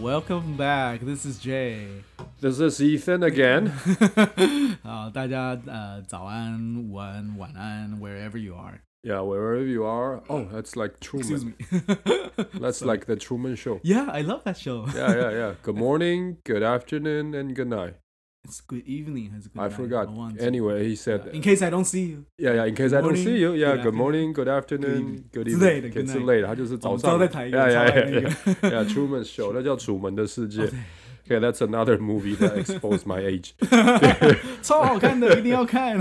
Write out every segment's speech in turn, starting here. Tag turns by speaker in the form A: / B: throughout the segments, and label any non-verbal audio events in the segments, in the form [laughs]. A: Welcome back. This is Jay.
B: This is
A: [laughs]
B: Ethan again.
A: 啊、Uh, 大家呃，早安、午安、晚安，wherever you are。
B: Yeah, wherever you are. Oh, that's like
A: Excuse
B: Truman.
A: me. [laughs]
B: That's like the Truman Show.
A: yeah, I love that show.
B: Yeah, yeah, yeah. Good morning, good afternoon, and good night.
A: It's good evening. It's good
B: I
A: night.
B: forgot.
A: want to-
B: Anyway, he said.
A: In case I don't see you，
B: Yeah, yeah. In case I don't
A: morning,
B: see you. Yeah.
A: good
B: Good morning, good afternoon, good
A: evening 之类的
B: evening. good
A: good night
B: 之类的，他就是
A: 我
B: [laughs] 早
A: 们之后
B: 上。
A: 再谈一个
B: Yeah,
A: 超
B: yeah,
A: 爱
B: yeah.
A: 那个
B: Yeah, Truman Show，那叫《楚门的世界》。Okay, that's another movie that exposed my
A: [laughs]
B: age.
A: 超好看
B: [laughs]
A: 的，一定要看，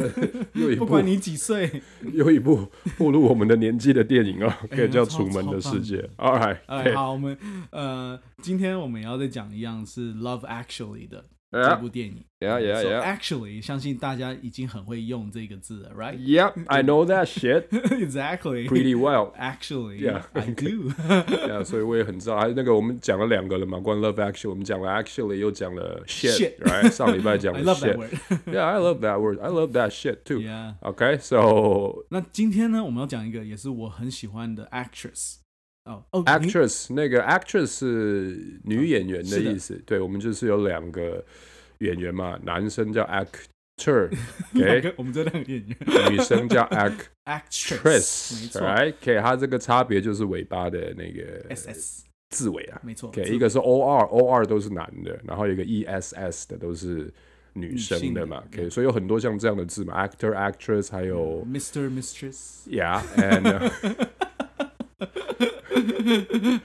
B: 又一
A: 不
B: 部，
A: 管你几岁。
B: 又一部步入我们的年纪的电影哦，可
A: 哎
B: 以叫
A: 那
B: 《
A: 超
B: 楚门的
A: 超
B: 世
A: 棒
B: 界》。All right，
A: 哎，
B: okay
A: 好，我们呃，今天我们要再讲一样是《Love Actually》的这
B: Yeah,
A: 部电影。
B: yeah, yeah,
A: So
B: yeah.
A: actually，相信大家已经很会用这个字了，right？
B: Yep,
A: Mm.
B: I know that shit
A: [laughs] exactly. [laughs]
B: pretty well.
A: Actually,
B: Yeah, [laughs]
A: I do.
B: 对，所以我也很知道。还有那个我们讲了两个了嘛，关于 Love Actually，我们讲了 Actually，又讲了
A: Shit
B: shit，right？上礼拜
A: [laughs]
B: 讲
A: I
B: 了
A: love that
B: shit。
A: word.
B: [laughs] Yeah, I love that word. I love that shit
A: [laughs]
B: too.
A: yeah.
B: Okay, so
A: 那今天呢，我们要讲一个也是我很喜欢的 actress。哦哦
B: actress 那个 actress 是女演员
A: 啊
B: 的
A: 是的
B: 意思。对，我们就是有两个演员嘛，男生叫 actor，
A: 你两
B: OK，
A: [laughs] 个我们这两个演员
B: 女
A: [laughs]
B: 生叫 act。
A: actress，没
B: Tress，
A: 错
B: right？可以，它这个差别就是尾巴的那个
A: ，SS，
B: 字尾啊。
A: 没错
B: OK，
A: 字
B: 一个是 OR，OR 都是男的，然后有一个 ESS 的都是女生的嘛
A: 女性。的嗯
B: OK，所以有很多像这样的字嘛，actor、actress，还有
A: Mr. Mistress。 [laughs]
B: yeah，and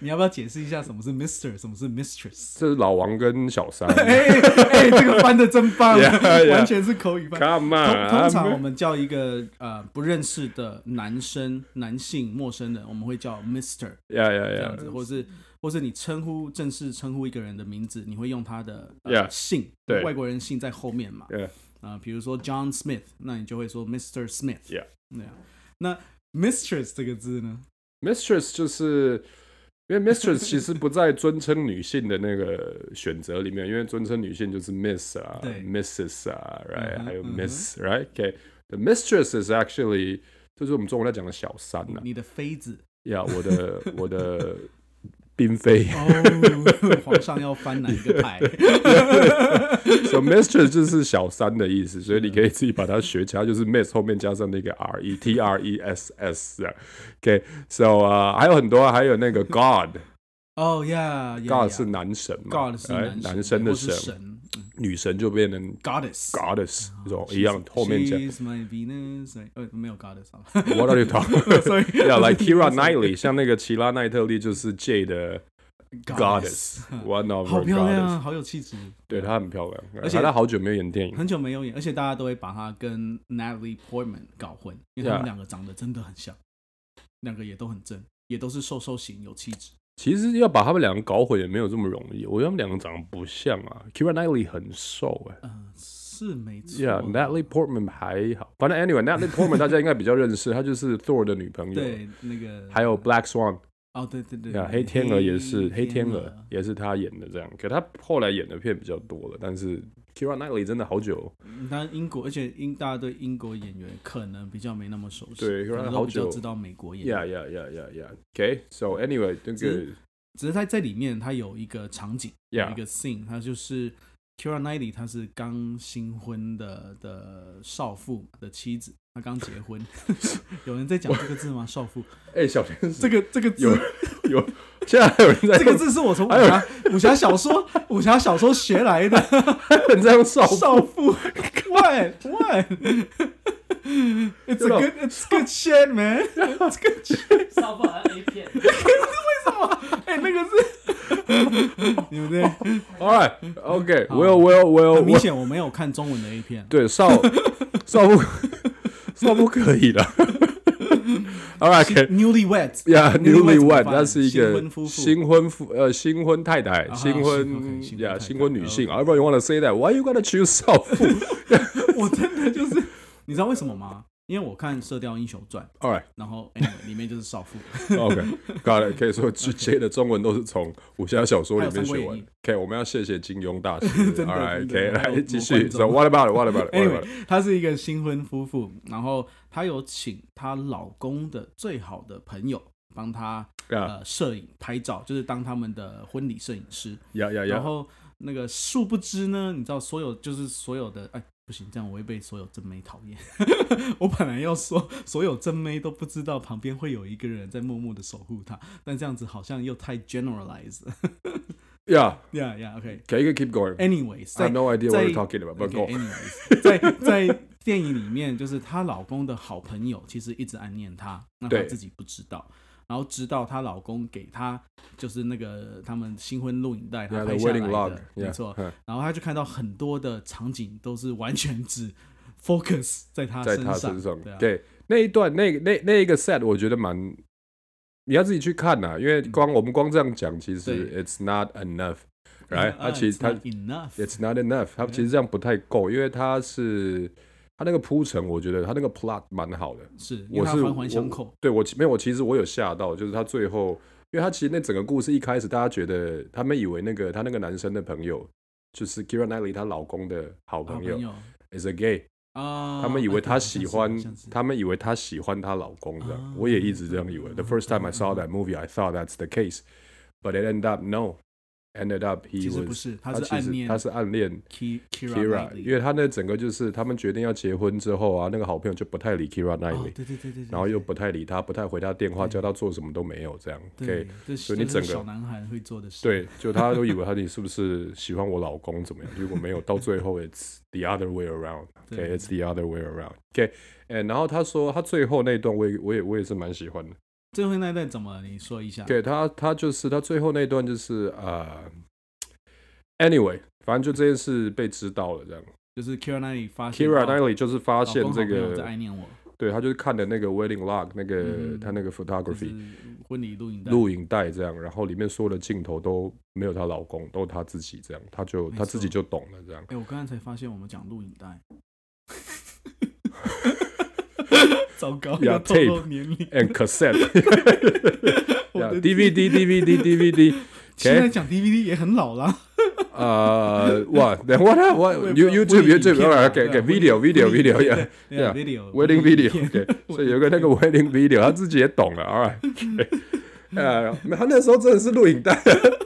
A: 你要不要解释一下什么是 Mr，什么是
B: [laughs]
A: Mistress？
B: [laughs] 这是老王跟小三。
A: 哎哎，这个翻的真
B: [laughs]
A: 棒
B: Yeah, yeah
A: 完全是口语翻。
B: [laughs] Come
A: 通通常我
B: on，I'm-
A: 们叫一个呃不认识的男生、男性、陌生人，我们会叫 Mister
B: ，yeah
A: 这样子，
B: yeah
A: 或是或是你称呼正式称呼一个人的名字，你会用他的、呃
B: Yeah，
A: 姓，
B: 对
A: 外国人姓在后面嘛，
B: yeah
A: 啊、比如说 John Smith，那你就会说 Mister Smith，
B: yeah。
A: 那样。那 Mistress 这个字呢？
B: Mistress 就是因为 Mistress 其实不在尊称女性的那个选择里面，因为尊称女性就是 Miss 啊
A: 对
B: ，Mrs 啊
A: 嗯
B: ，right，
A: 哼
B: 还有
A: 嗯哼
B: Miss，right？OK，the Mistress is actually 就是我们中文在讲的小三啊
A: 你
B: 呐，
A: 你的妃
B: [laughs]
A: 子
B: 呀，我的我的嫔妃。
A: 哦，皇上要翻哪一个
B: [laughs]
A: 牌？
B: So mistress 就是小三的意思，所以你可以自己把它学起来，就是 miss 后面加上那个 r e t r e s s 啊。OK，so 啊、还有很多啊，还有那个 god，
A: 哦呀
B: God 是男神嘛
A: God 是
B: 哎
A: 男
B: 男生的
A: 或是
B: 神，
A: 神啊嗯
B: 女神就变成
A: Goddess。
B: Goddess，这种一样。后面讲
A: 哦 She's my Venus，哎呃，没有 Goddess 好了 [laughs]
B: What are you talking？
A: ，sorry，[laughs]
B: 要来 Kira
A: Sorry
B: Knightley，像那个奇拉奈特利就是 J 的
A: [laughs]
B: Goddess，One of
A: 好
B: her
A: 漂亮啊，
B: Goddess，
A: 好有气质，
B: 对她很漂亮，
A: 而
B: 而
A: 且
B: 且她好久没有演电影。
A: 很久没有演，而且大家都会把她跟 Natalie Portman 搞混，因为他们
B: Yeah
A: 两个长得真的很像，两个也都很正，也都是瘦瘦型，有气质。
B: 其实要把他们两个搞混也没有这么容易，我觉得他们两个长得不像啊。Kira Knightley 很瘦哎、
A: 嗯，是没错。
B: Yeah，Natalie Portman 还好，反正 anyway，Natalie Portman 大家应该比较认识，她就是 Thor 的女朋友，
A: 对，那个
B: 还有 Black Swan，
A: 哦，对对对，
B: 呀，
A: 对
B: 黑天鹅也是，黑天鹅
A: 鹅
B: 也是他演的这样，可他后来演的片比较多了，但是 Kira Knightley 真的好久，
A: 嗯但英国，而且英大家对英国演员可能比较没那么熟悉，
B: 对
A: 可能都
B: 好
A: 比较
B: 久
A: 知道美国演员。
B: 呀呀呀呀呀，OK，so anyway 那个
A: 只只是在这里面，它有一个场景有一
B: yeah
A: 个 scene，它就是 Kira Knightley，她是刚新婚的的少妇的妻子，她刚结 [laughs] 婚。有人在讲这个字吗？少妇，
B: 哎小天使
A: 这个这个字
B: 有，
A: [laughs]
B: 有现在还有人在
A: 这个字是我从武侠武侠小说武侠小说学来的。
B: 有人这样笑，
A: [laughs] 少妇 [laughs] ，what what？It's a
B: No.
A: good, it's good shit, man. It's good shit.
C: 少妇好像 A 片，
A: 哎、那个是，对不对？[laughs]
B: ，All right，OK，Will Will Will，
A: 很明
B: Will-
A: 显我没有看中文的 A 片。
B: 对少 [laughs] 少不 [laughs] 少不可以的 [laughs] ，All right，OK。
A: Newlywed，
B: 呀
A: Newlyweds [laughs] provider，
B: ，newlywed，那是一个
A: 新婚夫妇
B: 新婚夫呃新婚太太，新
A: ，OK，新
B: 婚
A: 婚太
B: 呀
A: 太
B: 新婚女性。
A: ，OK
B: I don't want to say that. Why you gotta choose [laughs] 少妇
A: 我真的就是，你知道为什么吗？因为我看《射雕英雄传》，
B: ？All right,
A: 然后 anyway 里面就是少妇，
B: OK, got it. 可以 [laughs] 说 J 的中文都是从武侠小说里面
A: 还有
B: 学
A: 三国演
B: 完
A: 义。
B: OK，我们要谢谢金庸大师。
A: [laughs] 真的
B: All
A: 真
B: right,
A: 的
B: OK，
A: 还有
B: 来继
A: 我
B: 续。
A: 们观众
B: So what about it? What about it? What about
A: Anyway，
B: it?
A: 她是一个新婚夫妇，然后她有请她老公的最好的朋友帮他
B: 啊
A: 呃摄影拍照，就是当他们的婚礼摄影师。
B: 呀哎呀
A: 然
B: 呀，
A: 后那个殊不知呢，你知道所有就是所有的哎。不行，这样我会被所有真妹讨厌。 [laughs] 我本来要说所有真妹都不知道旁边会有一个人在默默的守护她，但这样子好像又太 generalized [laughs] 了。
B: 呀
A: yeah, yeah, OK.
B: ，Can you keep going?
A: Anyways，
B: I
A: 在
B: have no idea what
A: 在
B: you're talking about, but go.
A: Anyways，在在电影里面，就是她老公的好朋友其实一直暗恋她，那她
B: 对
A: 自己不知道，然后直到她老公给她就是那个他们新婚录影带，她
B: Yeah,
A: 拍
B: the
A: 下来
B: wedding
A: 的
B: log.
A: 没
B: Yeah,
A: 错。
B: 嗯
A: 然后她就看到很多的场景都是完全只 [laughs] focus 在她
B: 在
A: 身
B: 他身上
A: 上，。对啊，
B: 对，那一段那那那一个 set，我觉得蛮，你要自己去看呐、因为
A: 嗯
B: 光我们光这样讲，其实 it's not enough。right？
A: 啊
B: 他其实
A: it's
B: 他
A: not enough，
B: It's not enough。它
A: 嗯
B: 其实这样不太够，因为它是它那个铺陈，我觉得它那个 plot 蛮好的。
A: 是因为
B: 我
A: 她
B: 是
A: 环环相
B: 我
A: 扣，
B: 对我其没有，我其实我有吓到，就是他最后，因为他其实那整个故事一开始，大家觉得他们以为那个他那个男生的朋友就是 Kira Knightley 她老公的好
A: 好
B: 朋友
A: 啊朋友
B: is a gay，、
A: 啊，
B: 他们以为他喜欢
A: 哎好像是好像是，
B: 他们以为他喜欢她老公的，
A: 啊
B: 我也一直这样以为。The first time I saw that movie, I thought that's the case, but it ended up no, ended up he
A: 其实不
B: was
A: 是，他
B: 他
A: 是
B: 其
A: 暗
B: 实
A: 恋
B: 他是暗恋
A: Ki- Kira
B: Kira，
A: Knightley
B: 因为他那整个就是他们决定要结婚之后啊，那个好朋友就不太理 Kira
A: 哦
B: Knightley，、
A: 对对对对对，
B: 然后又
A: 对
B: 不太理他，不太回他电话，
A: 对
B: 叫他做什么都没有这样。
A: 对
B: OK，，
A: 这
B: 所
A: 是
B: 以你
A: 这是
B: 整个
A: 小男孩会做的事。，
B: 对，就他都以为他你是不是喜欢我老公怎么样？结果没有，到最后 it's the other way around。
A: 对
B: OK，it's、the other way around。OK，哎，然后他说他最后那一段我也我也我也是蛮喜欢的。
A: 最后那一段怎么了？你说一下。
B: 对他，他就是他最后那一段就是呃，anyway，反正就这件事被知道了这样。
A: 就是 Kira 那里发现
B: Kira
A: 哦
B: Knightley 就是发
A: 老公
B: 现
A: 好
B: 这
A: 朋友
B: 个
A: 在暗恋我，
B: 对他就是看的那个 wedding log 那个、
A: 嗯
B: 他那个
A: 就
B: photography
A: 是婚礼录影带。
B: 录影带这样，然后里面所有的镜头都没有她老公，都她自己这样，她就
A: 没
B: 她自己
A: 错
B: 就懂了这样。
A: 哎，我刚才才发现我们讲录影带，糟糕，
B: Yeah，
A: 要透露年龄。[laughs]
B: And cassette,
A: 我的
B: DVD, DVD, DVD.
A: [laughs] 现在讲 DVD 也很老啦。
B: 呃、what? Then what? I-
A: [laughs]
B: What?
A: 我也不知
B: You
A: 道
B: YouTube,
A: 婚礼影
B: YouTube.
A: 片
B: All
A: 啊
B: right, okay,
A: 对
B: okay.
A: 啊
B: Video,
A: 婚礼
B: video,
A: 婚礼
B: video.
A: 对
B: Yeah,
A: 对啊
B: yeah.
A: video
B: wedding
A: 婚礼影
B: video.
A: 片
B: Okay，所以有
A: 婚
B: 个那个 wedding video，他自己也懂了。All right.
A: [laughs]
B: Okay. 呃，他那时候真的是录影带，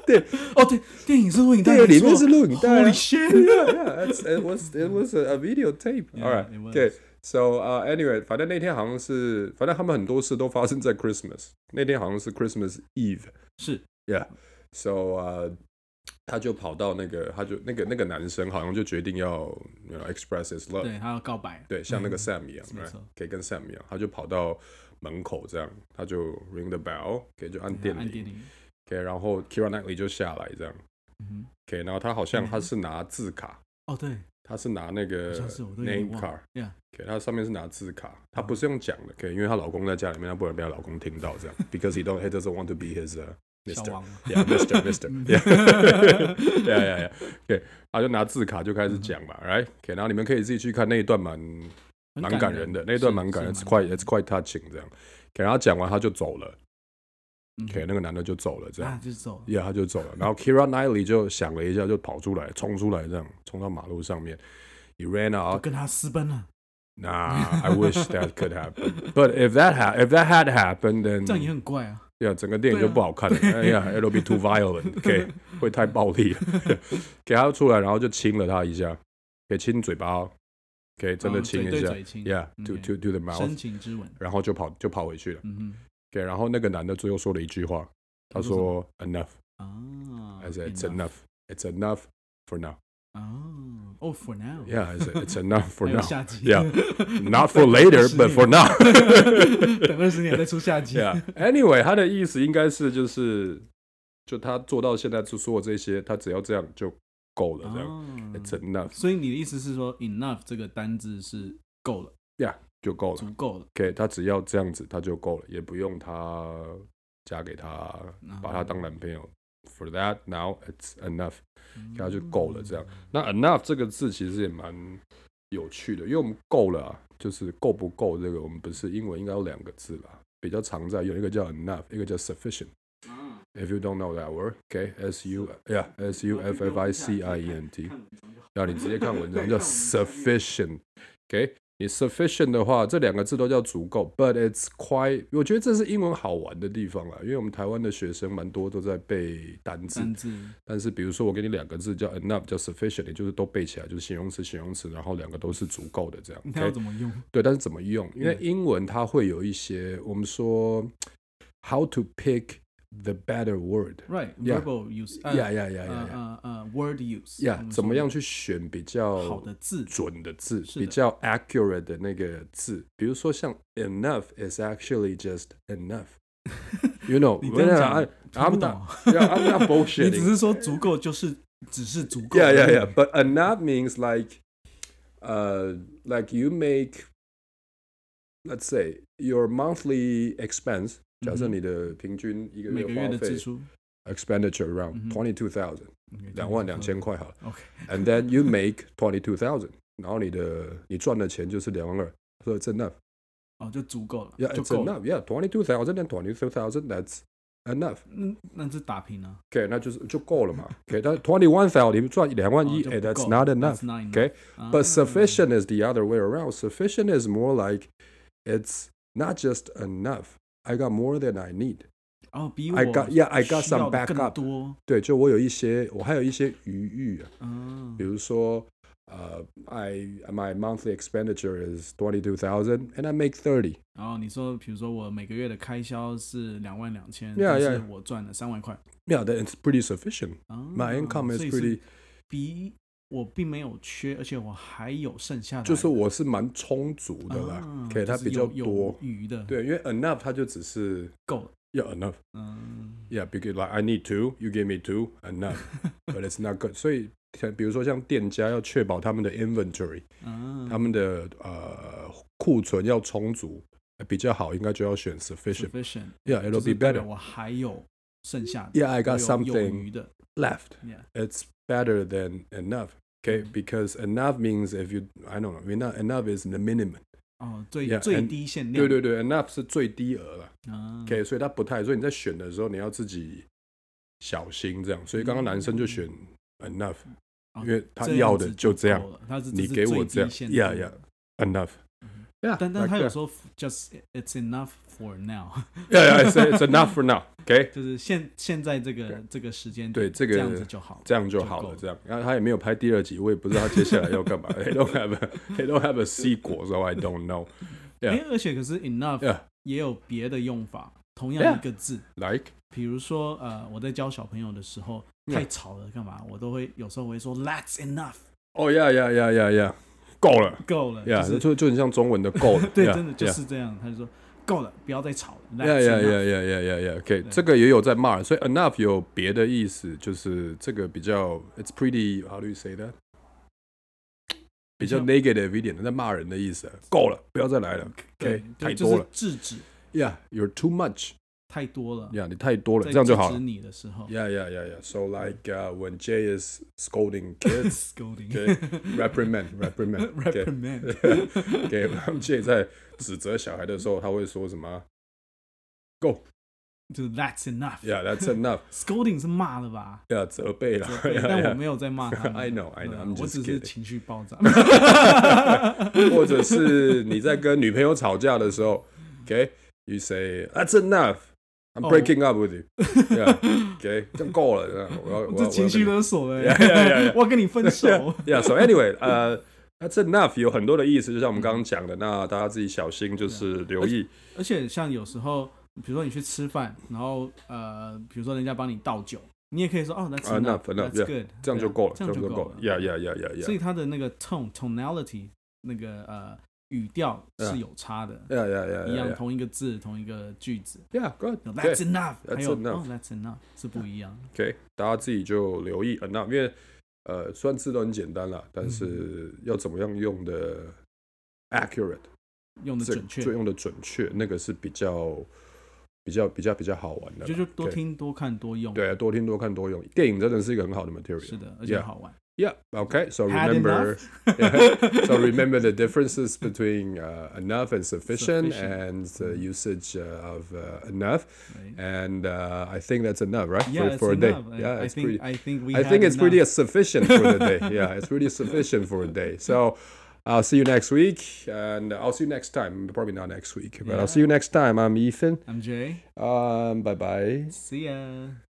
B: 对，
A: 哦，对，电影是录影带，
B: 对
A: 没错
B: 里面是录影带啊 [laughs]
A: Holy shit！
B: yeah, yeah. It's,
A: [laughs]
B: it was it was a, a videotape.
A: Yeah,
B: All right.
A: it was.
B: Okay. So uh, anyway，反正那天好像是，反正他们很多事都发生在 Christmas。那天好像是 Christmas Eve。
A: 是
B: Yeah. So 呃，他就跑到那个，他就那个那个男生好像就决定要 you know, express his love。
A: 对，他要告白。
B: 对，像那个
A: 嗯
B: Sam 一样
A: 没
B: right？
A: 错
B: 可以跟 Sam 一样，他就跑到门口这样，他就 ring the bell，可以就按
A: 对
B: 电
A: 他
B: 铃，
A: 按电铃。
B: OK，然后 Kira Knightley 就下来这样
A: 嗯哼
B: ，OK，然后他好像
A: 嗯
B: 他是拿字卡，
A: 哦，对，
B: 他是拿那个
A: 好像是我嗯都有点
B: 呃 name
A: 忘
B: card，
A: Yeah
B: 给他上面是拿字卡，他不是用讲的，可以，因为她老公在家里面，她不能被她老公听到这样，because he don't he doesn't want to be his、uh,
A: 小
B: mister。
A: 王。[laughs]
B: Yeah, Mister, Mister, yeah, [laughs] 啊 yeah, yeah, yeah. OK，他就拿字卡就开始讲嘛，right？OK，然后你们可以自己去看那一段蛮
A: 嗯很
B: 蛮感人的，那一段
A: 是
B: 蛮
A: 是
B: 感人，
A: 蛮
B: it's quite it's quite touching 这样。OK，然后讲完他就走了
A: 嗯
B: ，OK，那个男的就走了这样
A: 啊，。就是走了。
B: yeah，他就走了。
A: [laughs]
B: 然后 Kira Knightley 就想了一下，就跑出来，冲出来，这样冲到马路上面。He ran
A: 我
B: out.
A: 跟他私奔了，
B: Nah, I wish that
A: [laughs]
B: could happen. But if that ha if that had happened,
A: 这样也
B: then
A: 很怪啊。
B: yeah，整个嗯电影就
A: 对啊
B: 不好看了。yeah,
A: [laughs]
B: 哎 it'll be too violent. OK，会太暴力了。给他出来，然后就亲了他一下，给亲嘴巴哦。OK，真的
A: 嗯嘴
B: 亲
A: 嗯
B: 一
A: 对
B: 下。
A: 嘴亲
B: Yeah, to
A: OK
B: to to the
A: 深
B: mouth，
A: 情之吻。
B: 然后就跑就跑回去了。
A: 嗯
B: OK，然后那个男的最后说了一句话，
A: 他
B: 他
A: 说什
B: 说 Enough.
A: 哼，啊
B: I said it's
A: enough
B: enough. It's enough
A: [laughs]
B: for now.
A: 啊，哦，for now。
B: Yeah, I said
A: [laughs]
B: it's enough for
A: 还有
B: now.
A: 下集
B: Yeah. Not for later, but for now.
A: [laughs] 等二十年再出下集。
B: [laughs]
A: 啊
B: Yeah. Anyway，他的意思应该是就是，就他做到现在就说这些，他只要这样就够了，这样、
A: 啊
B: it's enough
A: 所以你的意思是说，enough 这个单字是够了，
B: 就够了。
A: 足够了，
B: OK，他只要这样子他就够了，也不用他嫁给他，
A: 啊
B: 把他当男朋友。For that, now it's enough.
A: 嗯，
B: 给他就够了这样那 enough 这个字其实也蛮有趣的，因为我们够了、啊，就是够不够这个，我们不是英文应该有两个字吧，比较常在，有一个叫 enough，一个叫 sufficient。
A: 嗯。
B: If you don't know that word, okay, S U yeah S U F F I C I E N T，
A: [laughs] 看文章就好
B: 然后你直接看文章叫 sufficient，okay，你 sufficient 的话，这两个字都叫足够，but it's quite，我觉得这是英文好玩的地方啊啦，因为我们台湾的学生蛮多都在背单字，
A: 单字
B: 但是比如说我给你两个字叫 enough，叫 sufficient，也就是都背起来，就是形容词形容词，然后两个都是足够的这样。
A: 你看要
B: OK？
A: 怎么嗯用？
B: 对，但是怎么用？因为英文它会有一些我们说 how to pick the better word。
A: Right,
B: Yeah.
A: verbal use，呃
B: 呀呀呀呀呀
A: 呃呃呃，word use，我
B: 呀！
A: 们
B: 怎
A: 说
B: 么样去选比较
A: 好的字
B: 准的字，
A: 是的
B: 比较 accurate 的那个字？比如说像 enough is actually just enough。You know，
A: 你这样讲
B: I-
A: 听不
B: I'm
A: 懂
B: not, yeah, I'm not
A: [laughs] 你
B: bullshitting.
A: 只是说足够就是只是足够
B: yeah
A: 而已。
B: yeah yeah but enough means like uh like you make let's say your monthly expense 假设
A: 嗯哼
B: 你的平均一个
A: Mm-hmm. 每个月
B: 月花
A: 的
B: 费
A: 支出 Mm-hmm.
B: expenditure
A: 嗯
B: around
A: 哼
B: twenty two thousand 两万两。千块好了
A: OK，
B: ，and then you make twenty two thousand，然后你的你赚的钱就是两万二，so it's enough
A: 哦，就足够了
B: yeah
A: 就
B: it's
A: 够了。
B: enough yeah twenty two thousand and twenty two thousand that's enough
A: 嗯，那是打平了。
B: OK 那就是就够了嘛 OK 但 twenty one thousand 你赚两万一
A: 哦就不
B: 哎 that's
A: 够
B: not enough
A: That's not
B: okay?
A: enough.
B: But
A: 啊
B: sufficient is the other way around. Sufficient is more like it's not just enough. I got more than I need.
A: 哦，比我
B: I got yeah, I got
A: 需要
B: some
A: 的更
B: backup.
A: 多。
B: 对，就我有一些，我还有一些余裕、啊，
A: 嗯
B: 比如说，呃、i my monthly expenditure is twenty two thousand and I make thirty.
A: 然后你说，比如说我每个月的开销是两万两千，
B: Yeah,
A: 但是
B: yeah.
A: 我赚了三万块。
B: Yeah, then it's pretty sufficient.
A: 啊
B: My income
A: 所
B: is
A: 以是
B: pretty，
A: 比我并没有缺，而且我还有剩下的来，
B: 就是我是蛮充足的啦。
A: 啊
B: OK，它
A: 就是
B: 比较
A: 有有
B: 多。
A: 余的，，
B: 对，因为 enough 它就只是
A: 够了，
B: 要 enough。 [laughs]
A: 嗯
B: Yeah, because like I need two, you give me two,
A: [laughs]
B: enough, but it's not good. 呃所以，像比如说像店家要确保他们的 inventory，、
A: 嗯，
B: 他们的呃库存要充足，呃比较好，应该就要选 sufficient.
A: sufficient，
B: Yeah,
A: 就
B: it'll
A: 是
B: be
A: 代表
B: better.
A: 我还有剩下的
B: Yeah, I got
A: 我有有余
B: something
A: 的
B: left.
A: ，yeah，
B: It's better than enough. Okay,
A: Mm.
B: because enough means if you I don't know, enough enough is the minimum.
A: 哦，最
B: Yeah,
A: 最
B: and-
A: 低限量，
B: 对对对，enough 是最低额了。
A: 嗯
B: OK，所以它不太，所以你在选的时候你要自己小心这样。所以刚刚男生就选 enough。
A: 哦
B: 因为他
A: 这样
B: 要
A: 子
B: 的
A: 就
B: 就这样
A: 够了，他是
B: 你
A: 这是
B: 给
A: 最
B: 我这样
A: 低限量
B: yeah, yeah
A: 的
B: enough. Yeah,
A: 但但
B: like
A: 他有
B: that.
A: 说 just it's enough for now，
B: yeah, yeah, it's, it's enough for now. OK，
A: 就是现现在这个这个时间
B: 对
A: 点
B: 这个
A: 这样子就好了，
B: 这样就
A: 就
B: 好
A: 够
B: 了。
A: 了
B: 这样，然后他也没有拍第二集，我也不知道他接下来要干嘛。they [laughs] don't have a, they don't have a sequel, so I don't know.
A: 哎
B: Yeah，
A: 而且可是 enough
B: Yeah，
A: 也有别的用法，同样一
B: Yeah
A: 个字，
B: like
A: 比如说呃，我在教小朋友的时候
B: Yeah
A: 太吵了，干嘛？我都会有时候我会说 That's enough，
B: oh yeah yeah yeah yeah yeah，够了。
A: 够了，
B: Yeah，
A: 就是。
B: 就就很像中文的够了
A: [laughs] 对，
B: Yeah，
A: 真的就
B: yeah
A: 是这样。他就说够了，不要再吵了。
B: 呀
A: That's
B: 呀
A: enough
B: 呀呀呀呀呀！OK，这个也有在骂，所以 enough 有别的意思，就是这个比较，it's pretty how do you say that？比较
A: 比
B: negative 一点的，在骂人的意思，啊够了，不要再来了。
A: 对
B: OK，，
A: 就
B: 太
A: 就
B: 多
A: 是
B: 了。
A: 制止
B: Yeah，you're too much。
A: 太多了，
B: Yeah，你太多了，
A: 在
B: 这样就好
A: 制
B: 了
A: 止。你的时候
B: Yeah, yeah, yeah, yeah. So like、uh, when Jay is scolding
A: [laughs]
B: kids, [laughs]
A: ，scolding
B: okay, reprimand, reprimand,
A: [laughs]
B: okay.
A: reprimand，
B: [laughs] 给他们
A: [laughs]
B: 介在指责小孩的时候，他会说什么？Go,
A: 就是 That's enough。
B: yeah, that's enough.
A: Scolding 是骂了
B: [laughs]
A: 吧？
B: Yeah，责备了。
A: 对，
B: [laughs] Yeah,
A: 但
B: yeah.
A: 我没有在骂他们。
B: [laughs] I know, I know,
A: 对啊
B: I'm
A: 我
B: just
A: 只是
B: kidding.
A: 情绪爆炸。
B: [laughs] 或
A: [laughs]
B: 者是你在跟女朋友吵架的时候，OK，you、say that's enough。I'm
A: 哦
B: breaking up with you.
A: [laughs]
B: Yeah, OK，这样够了。这样我要我
A: 这
B: 要
A: 情绪。
B: [laughs]
A: 勒索了
B: Yeah, yeah, yeah, yeah.
A: [laughs] 我要跟你分手。
B: 我要跟你 Yeah. So anyway，呃、that's enough 有很多的意思，就像我们刚刚讲的，那大家自己小心，就是
A: 啊
B: 留意。
A: 而且像有时候，比如说你去吃饭，然后呃，比如说人家帮你倒酒，你也可以说哦，That's
B: Uh, enough,
A: enough，That's good，
B: enough, yeah，
A: 对啊
B: 这样就够了，
A: 这样
B: 就
A: 就
B: 够
A: 了。
B: Yeah, yeah, yeah, yeah, yeah.
A: 所以它的那个 tone tonality 那个呃语调是
B: Yeah
A: 有差的，
B: yeah, yeah, yeah,
A: 一
B: yeah,
A: 样
B: yeah.
A: 同一个字同一个句子。
B: Yeah, good.
A: 有
B: Okay.
A: That's enough，
B: that's
A: 还有
B: enough
A: 哦，That's enough 是不一样。
B: OK，大家自己就留意 enough，因为呃，虽然字都很简单啦，但是要怎么样用的 accurate，
A: 用的
B: 这
A: 准确
B: 就，用的准确，那个是比较比较比较比较好玩的啦。
A: 就就多
B: OK，
A: 听多看多用。
B: 对啊，多听多看多用。电影真的是一个很好的 material。
A: 是的，而且
B: Yeah
A: 好玩。
B: Yeah. Okay. So
A: Had
B: remember.
A: [laughs]
B: Yeah. [laughs] so remember the differences between uh, enough and
A: Sufficient.
B: sufficient,
A: Mm-hmm.
B: and the usage uh, of uh, enough.
A: Right.
B: And uh, I think that's enough, right?
A: Yeah, it's
B: for, for a day.
A: enough. I-
B: Yeah,
A: I
B: it's
A: think
B: pretty.
A: I think we.
B: I think
A: had
B: it's pretty
A: enough. [laughs]
B: sufficient for the day. Yeah, it's pretty sufficient for a day. So I'll see you next week, and I'll see you next time. Probably not next week, but I'll see you next time. I'm Ethan.
A: I'm Jay.
B: Um, bye bye.
A: See ya.